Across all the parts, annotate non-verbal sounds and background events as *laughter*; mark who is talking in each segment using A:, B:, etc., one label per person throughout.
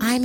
A: I'm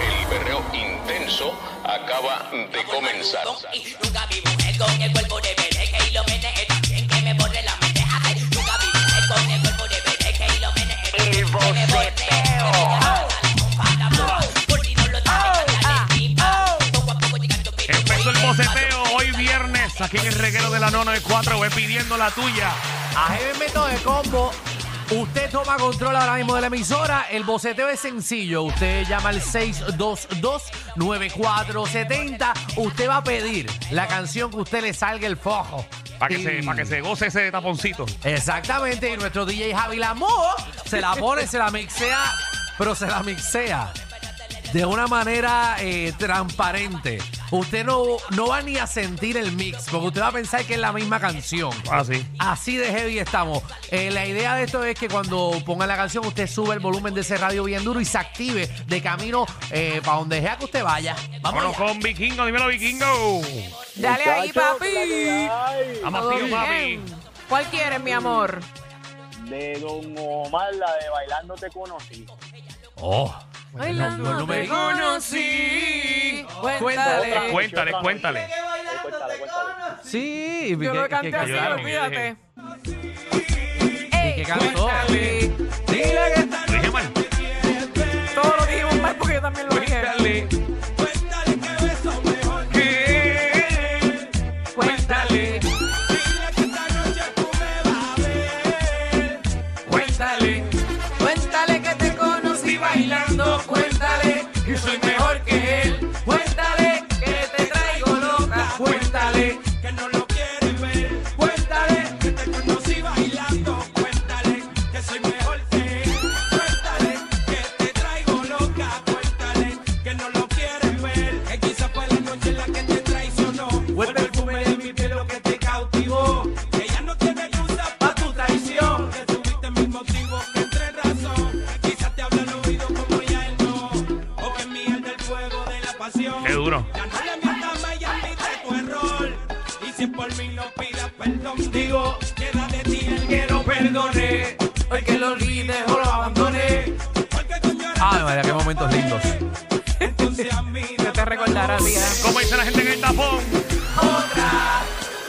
B: El berreo intenso acaba de comenzar.
C: Y nunca vi mujer con el cuerpo de Bereque y lo meneé también que me borre la mente. Ay, nunca vi mujer con el cuerpo de Bereque y lo meneé también que me borre la mente. Por ti no lo traje, cantaré
D: ah.
C: pipa. Poco a poco llegando, pero
E: Empezó el
C: voy
E: boceteo
C: despacio.
E: hoy viernes aquí en el reguero de la 994. Voy pidiendo la tuya.
F: A Jeven Método de Combo, usted toma control ahora mismo de la emisora. El boceteo es sencillo. Usted llama al 622-9470. Usted va a pedir la canción que usted le salga el fojo.
E: Para que,
F: Y-
E: se, pa' que se goce ese taponcito.
F: Exactamente. Y nuestro DJ Javi Lamoa se la pone, se la mixea, pero se la mixea de una manera eh, transparente. Usted no, no va ni a sentir el mix, porque usted va a pensar que es la misma canción.
E: Ah, sí.
F: Así de heavy estamos. Eh, la idea de esto es que cuando pongan la canción, usted sube el volumen de ese radio bien duro y se active de camino para donde sea que usted vaya. Vamos
E: Vámonos
F: allá.
E: con Vikingo. Dímelo, Vikingo.
D: Dale ahí,
G: Muchachos,
D: papi.
E: Vamos,
D: Todo
E: tío, papi.
D: bien. ¿Cuál quieres, mi amor?
G: De Don Omar, la de Bailando te conocí.
F: Oh. no, no me-
D: conocí.
E: Ah,
D: Cuéntale.
E: Cuéntale, cuéntale.
G: Eh, Cuéntale, cuéntale.
F: Sí,
D: Yo lo canté así,
E: cantaron,
D: olvídate.
F: que
D: Ey,
F: cantó.
D: cuéntale.
F: Dile que
E: Lo dije mal.
D: Todo lo dijimos mal porque yo también lo dije. Cuéntale. Cuéntale. Cuéntale que te conocí bailando. Cuéntale que soy mejor que él. Cuéntale que te traigo loca. Cuéntale que no lo quieres ver. Cuéntale que te conocí bailando. Cuéntale que soy mejor que él. Cuéntale que te traigo loca. Cuéntale que no lo quieres ver. Que quizá fue la noche en la que te traicionó. Fue el perfume de mi piel lo que te cautivó. Que ya no tiene excusa para tu traición. Que tuviste mis motivos que entre razón. Quizás te habla el oído como ya él no. O que es miel del fuego de la pasión.
E: Qué duro.
D: Ya no le mientas más, ya admite tu error. Y si por mí no pidas perdón, digo, queda de ti el que no perdone. Hoy que lo olvides o lo abandoné. Porque tú lloras,
F: Ay, María, qué momentos lindos.
D: entonces a mí no te recordará, tía.
E: ¿Cómo dice la gente en el tapón?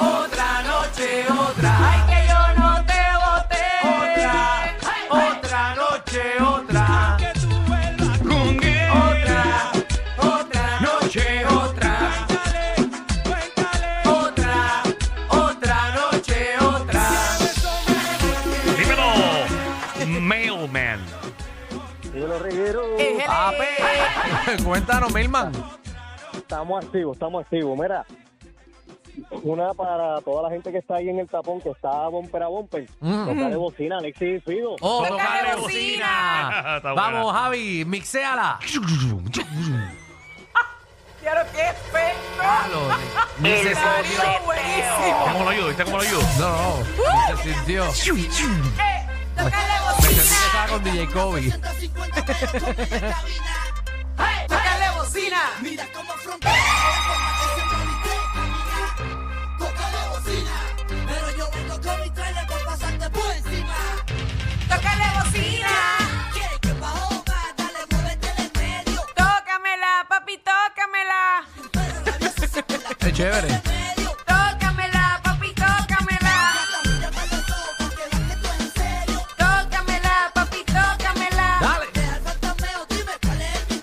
D: Otra noche, otra. Ay, que yo no te voté. Otra, otra noche, otra. Que tú vuelvas con él. Otra, otra noche, otra. Otra, otra noche, otra.
E: Dímelo. Mailman.
G: Dímelo, Reguero.
F: Ape. Cuéntanos, Milman.
G: Estamos activos, estamos activos. Mira, una para toda la gente que está ahí en el tapón, que está bumper a bumper.
F: Mm.
G: Toca de bocina, Alexis y Fido.
F: Oh,
E: Tócale
F: tocale
E: bocina.
F: bocina.
E: Está buena.
F: Vamos, Javi, mixéala.
D: Quiero que es perfecto.
F: Palo. Ni se sintió.
D: Salió buenísimo.
E: ¿Cómo lo ayudo? ¿Viste cómo lo ayudo?
F: No, ni se sintió.
D: Eh, Tócale
F: Me sentí que
D: bocina.
F: estaba con DJ Kobe.
D: Tócale bocina.
H: Mira cómo afronta la forma que siempre viste caminar. Tócale bocina, pero yo vengo con mi trailer por pasarte por encima.
D: Tócale bocina.
H: Quieres que bajo más, dale, muévete en el medio.
D: Tócamela, papi, tócamela.
H: Pero la vieja se pone la
F: Es chévere.
H: en medio.
D: Tócamela, papi, tócamela.
H: Hasta mira para los ojos porque la que tú en serio.
D: Tócamela, papi, tócamela.
F: Dale.
H: Deja el fantasmeo, dime cuál es mi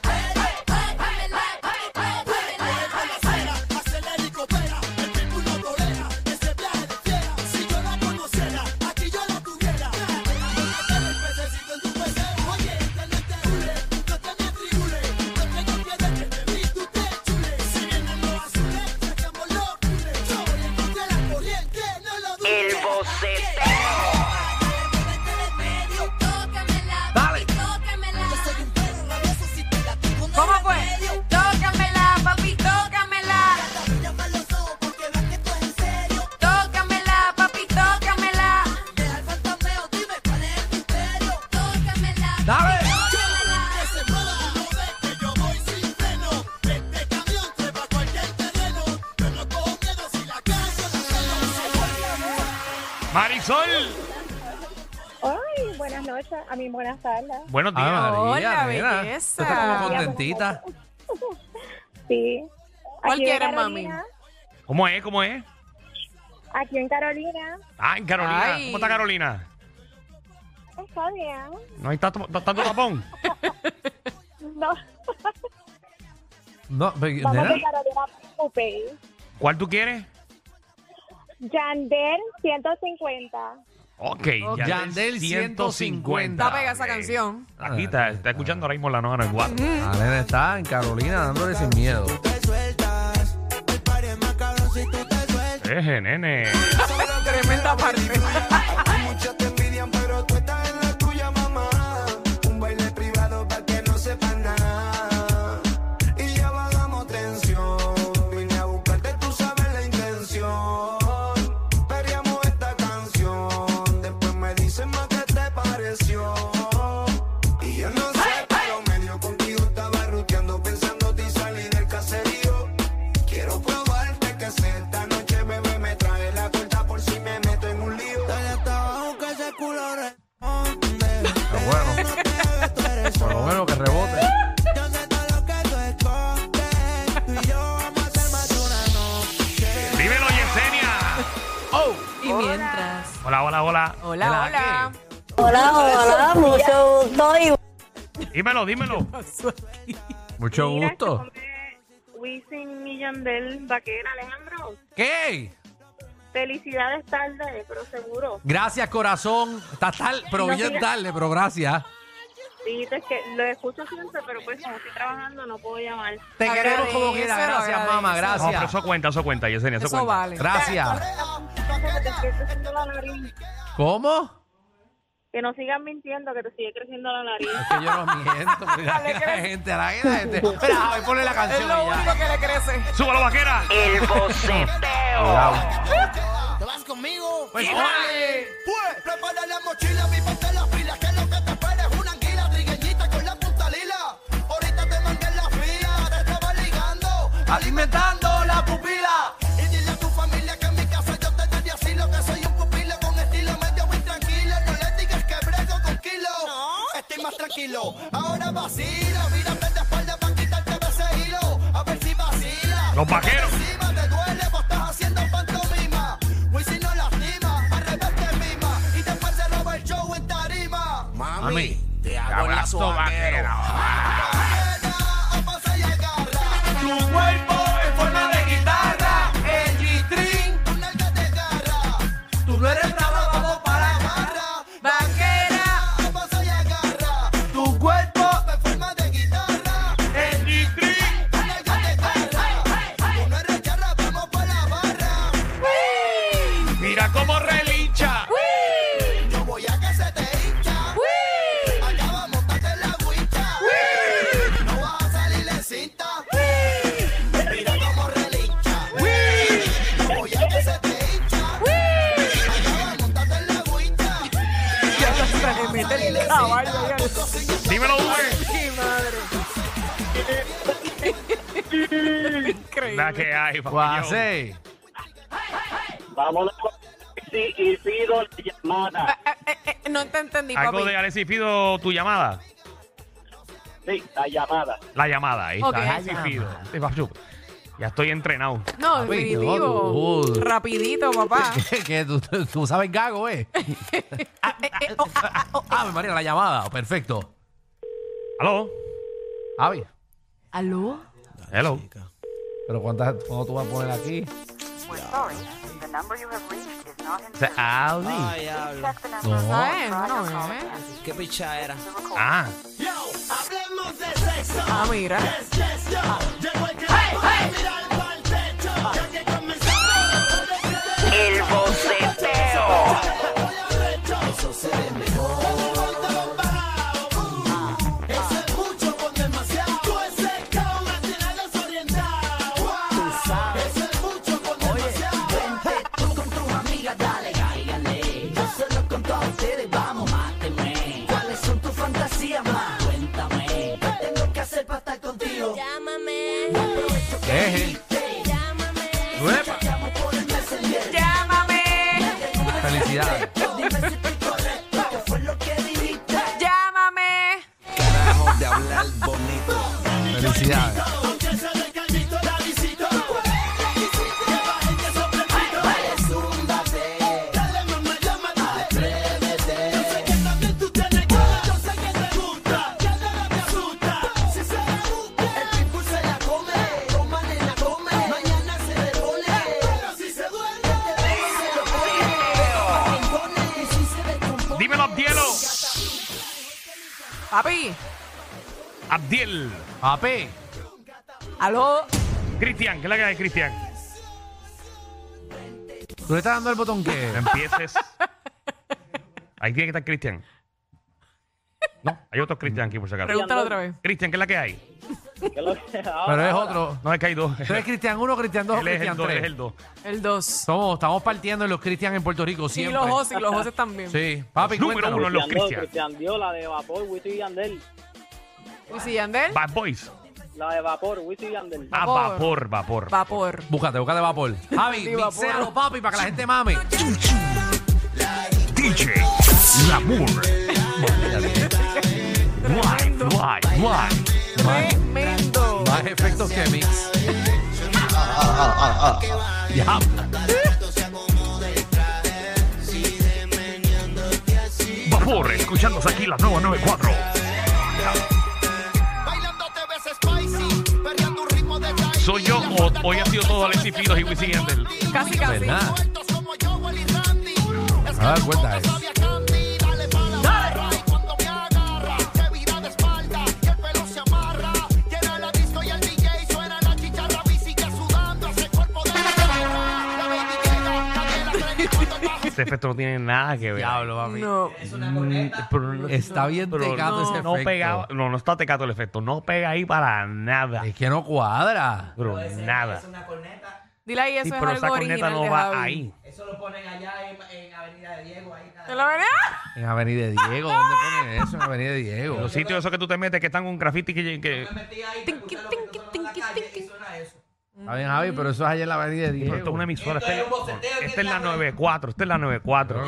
E: Marisol.
I: Ay, buenas noches, a mí buenas tardes.
E: Buenos días.
F: Ah, María,
J: Hola,
F: nena.
J: belleza.
F: Tú estás como contentita.
I: Sí.
J: ¿Cuál
I: Aquí en
J: quieres,
I: Carolina,
J: mami?
E: ¿Cómo es? ¿Cómo es?
I: Aquí en Carolina,
E: Ah, en Carolina.
J: Ay.
E: ¿Cómo está Carolina?
I: está bien.
E: No hay tanto, tanto tapón.
I: No,
F: No, pero,
I: vamos
F: nena,
I: de Carolina Coupé.
E: ¿Cuál tú quieres?
I: Yandel 150.
E: Ok.
F: Yandel 150.
J: Está pega esa canción.
E: Aquí está, está escuchando ahora mismo la nona en cuatro.
F: la Ah, nena está en Carolina dándole sin miedo.
H: Te sueltas, el par es más cabrón si tú te sueltas.
E: Eje, nene.
J: Tremenda parte.
H: Muchos te envidian, pero tú estás en la tuya, mamá. Un baile privado para que no sepan nada. Y ya bajamos tensión. Vine a buscarte, tú sabes la intención. Perreamos esta canción. Después me dicen más que te pareció. Y yo no sé, pero medio contigo estaba ruteando, pensándote y salí del caserío. Quiero probarte que sé esta noche, bebé, me trae la corta por si me meto en un lío. Dale hasta abajo que ese culo responde.
F: Pero bueno,
H: Tú eres
F: por lo menos que rebote.
H: yo sé todo lo que tú escondes. Tú y yo vamos a hacer más de una noche.
E: Dímelo, Yesenia.
F: Oh,
J: Y mientras.
E: Hola, hola, hola.
J: Hola,
F: ¿Hola
J: hola.
I: Hola, mucho gusto.
E: Dímelo, dímelo.
F: Mucho gusto.
I: Wisin y Yandel Vaquera, Alejandro.
F: ¿Qué?
I: Felicidades tarde, pero seguro.
F: Gracias, corazón. Está tarde, pero
I: No,
F: bien
I: mira.
F: tarde, pero gracias.
I: Dijiste que lo escucho siempre, pero pues como estoy trabajando no puedo llamar.
F: Te queremos como
J: Agradecelo,
F: quiera. Gracias, mamá.
E: No, pero
F: Gracias.
E: eso cuenta, eso cuenta, Yesenia, eso,
J: Eso
E: cuenta.
J: vale.
F: Gracias.
I: Que te sigue creciendo la nariz.
F: ¿Cómo?
I: Que no sigas mintiendo, que te sigue creciendo la nariz.
F: Es que yo no *laughs* miento. Mira, que la gente, la gente, la gente. Espera, Javi, ponle la
J: Es
F: canción
J: lo
F: y ya.
J: único que le crece.
E: ¡Súbalo, vaquera!
D: El boceteo.
F: Cuidado.
H: ¿Te vas conmigo?
F: Pues, órale.
H: Pues, prepara la mochila, mi parte las pilas, que lo que te espera es una anguila trigueñita con la punta lila. Ahorita te mandé la fría, te estaba ligando, alimentando la pupila. Y dile a tu familia que en mi casa yo te daría asilo, que soy un pupilo con estilo medio muy tranquilo. No le digas que brego con kilo, estoy más tranquilo. Ahora vacila, mírate de espalda para quitarte de ese hilo, a ver si vacila.
E: Los vaqueros.
H: Encima te duele, vos estás haciendo pantomima. Wisin no lastima, al revés te mima. Y después se roba el show en tarima.
F: Mami,
H: te
E: Abrazo, vaquera.
H: a pasar y agarra.
D: Tu cuerpo en forma de guitarra. El G-String.
H: Tu nalga te agarra.
D: Tú no eres brava, vamos para acá.
H: Agarra,
D: Vaquera.
H: a pasar y agarra.
D: Tu cuerpo
H: En forma de guitarra.
D: en G-String.
H: Tu nalga te agarra. Tú no eres charra, vamos pa' la barra.
E: Mira cómo relincha.
H: Yo voy a que se te hincha. Allá vamos, montate en la agüita. No vas a salir en cinta. Mira cómo relincha. Yo voy a que se te hincha. Allá vamos, montate en la agüita.
J: Ya hasta le mete el caballo ahí al-
E: Dímelo, Uber.
J: ¡Qué madre!
E: La que hay, papá.
F: *laughs* Guasé.
G: Vámonos con sí, y pido la llamada.
D: Ah.
J: Eh, eh, eh, no te entendí,
E: Algo
J: papi.
E: de Alexis Pido, tu llamada.
G: Sí, la llamada.
E: La llamada, ahí
J: Ok.
E: está. Alexis Pido. Eh, papu, Ya estoy entrenado.
J: No,
F: Papi,
J: definitivo.
F: no, tú.
J: Rapidito, papá.
F: ¿Qué? qué? ¿Tú, tú- tú sabes gago, eh?
J: Eh, eh, oh, *laughs* ah, ah, oh, ah.
F: Ave María, la llamada. Perfecto.
E: ¿Aló?
F: Avi,
J: ¿Aló?
E: Hello.
F: ¿pero cuántas cuándo tú vas a poner aquí?
E: Audi.
F: No.
J: Ay, no, eh.
D: Qué picha era.
E: Ah.
H: Yo, hablemos de sexo.
J: Ah, mira.
H: Yes, yes, yo. Llegó el que a mirar pa'l techo. Ya que comenzamos.
D: El boceteo.
H: Eso se ve mejor. Eso es mucho con demasiado. Tú ese cabrón nacional desorientado. Tú sabes. Eso es mucho con demasiado. Vente tú con tus amigas, dale, cáigale. Yo se lo conto a ustedes, vamos, máteme. ¿Cuáles son tus fantasías más? Cuéntame. ¿Qué tengo que hacer para estar contigo?
F: Deje. Uepa.
J: Llámame.
F: Felicidades.
H: final bonito.
F: Felicidades.
E: Dímelo, Abdielo.
J: Papi,
E: Abdiel.
F: Papi,
J: aló.
E: Cristian, ¿qué es la que hay, Cristian?
F: ¿tú le estás dando el botón
E: No
F: que
E: empieces. Ahí tiene que estar Cristian. No, hay otro Cristian aquí por si acaso.
J: Pregúntalo otra vez.
E: Cristian, ¿qué es la que hay?
F: Pero es otro.
E: No, es que hay dos. *laughs*
F: Tú eres Cristian 1, Cristian 2,
E: Él es
F: Cristian
E: el dos, él es
F: 3.
E: el dos.
J: El 2.
F: Somos, estamos partiendo en los Cristian en Puerto Rico
J: Y
F: siempre.
J: los José, y los José también.
F: Sí, papi,
E: Número
F: cuéntanos.
E: uno, los Cristian.
G: Cristian dio la de vapor, Witty y Yandel.
J: Luis y Yandel,
E: Bad Boys.
G: La de vapor, Witty y Yandel.
E: Ah,
J: Vapor.
E: vapor, vapor.
J: vapor.
F: Búscate, búscate vapor. Javi,
J: Sí, vapor.
F: mixéalo, papi, para que la gente mame.
E: DJ Lamour. Guay, guay, guay.
J: Tremendo.
F: Más efectos que mix. Ya.
E: Vapor, escuchándose aquí la nueva 94.
H: Bailando te ves spicy, perdiendo un ritmo de caída.
E: Soy yo o hoy ha sido todo Alexis Piros y Wisin y Yandel.
J: Casi, casi.
F: ¿Verdad?
H: Sueltos como yo, Willy Randy. Es
F: A dar
H: que
F: cuenta,
H: no
F: eh.
H: te sabía candy. Dale pa' la barra y cuando me agarra, se vira de espalda y el pelo se amarra. Llena la disco y el DJ suena la chicharra. Y sigue sudando ese cuerpo de la guerra. La baby llega, la de la prende cuando el
E: *laughs*
H: bajo
E: Este efecto no tiene nada que ver.
F: Diablo, papi.
J: No.
E: Mm, Pero-
F: Está bien
E: pero
F: tecado
E: no,
F: ese
E: no
F: efecto.
E: pega- no, no está tecado el efecto. No pega ahí para nada.
F: Es que no cuadra.
E: Pero nada.
J: Dile ahí, eso
E: Sí,
J: es
E: pero
J: algo
E: esa corneta
J: original
E: no
J: de
E: va
J: Javi.
E: ahí.
J: ¿Te la ¡Ah! veré?
F: En Avenida Diego,
E: *laughs*
F: ¿dónde pone eso? En Avenida Diego.
E: Los sitios esos que tú te metes que están con graffiti que, que-
J: Tinqui, tinqui, tinqui, tinqui.
F: Está bien, Javi, pero eso es allá en la Avenida
E: Pero esto es
F: Diego.
E: una emisora. Esta es, esta es la 94, esta es la 94.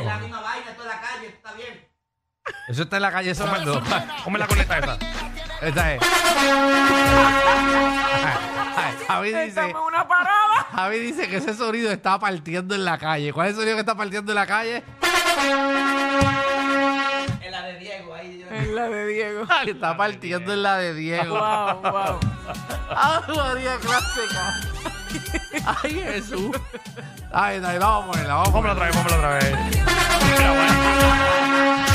F: Eso está en la calle Sonando. *laughs*
E: Come la corneta esa.
F: Esta es. *laughs* Ay, Javi dice,
J: Dame una parada.
E: *laughs*
F: Javi dice que ese sonido está partiendo en la calle. ¿Cuál es el sonido que está partiendo en la calle?
J: Es la de Diego.
F: Que está partiendo en la de Diego.
J: Wow,
E: *laughs*
J: wow.
F: ¡Ah, María clásica! ¡Ay, Jesús! Ay, dale, vamos a ponerla, vamos a
E: Pómela
F: ponerla.
E: otra vez, pómela otra vez. Mira, bueno.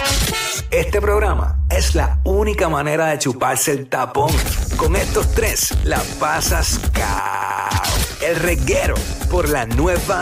K: Este programa es la única manera de chuparse el tapón. Con estos tres la pasas cao. El reguero por la nueva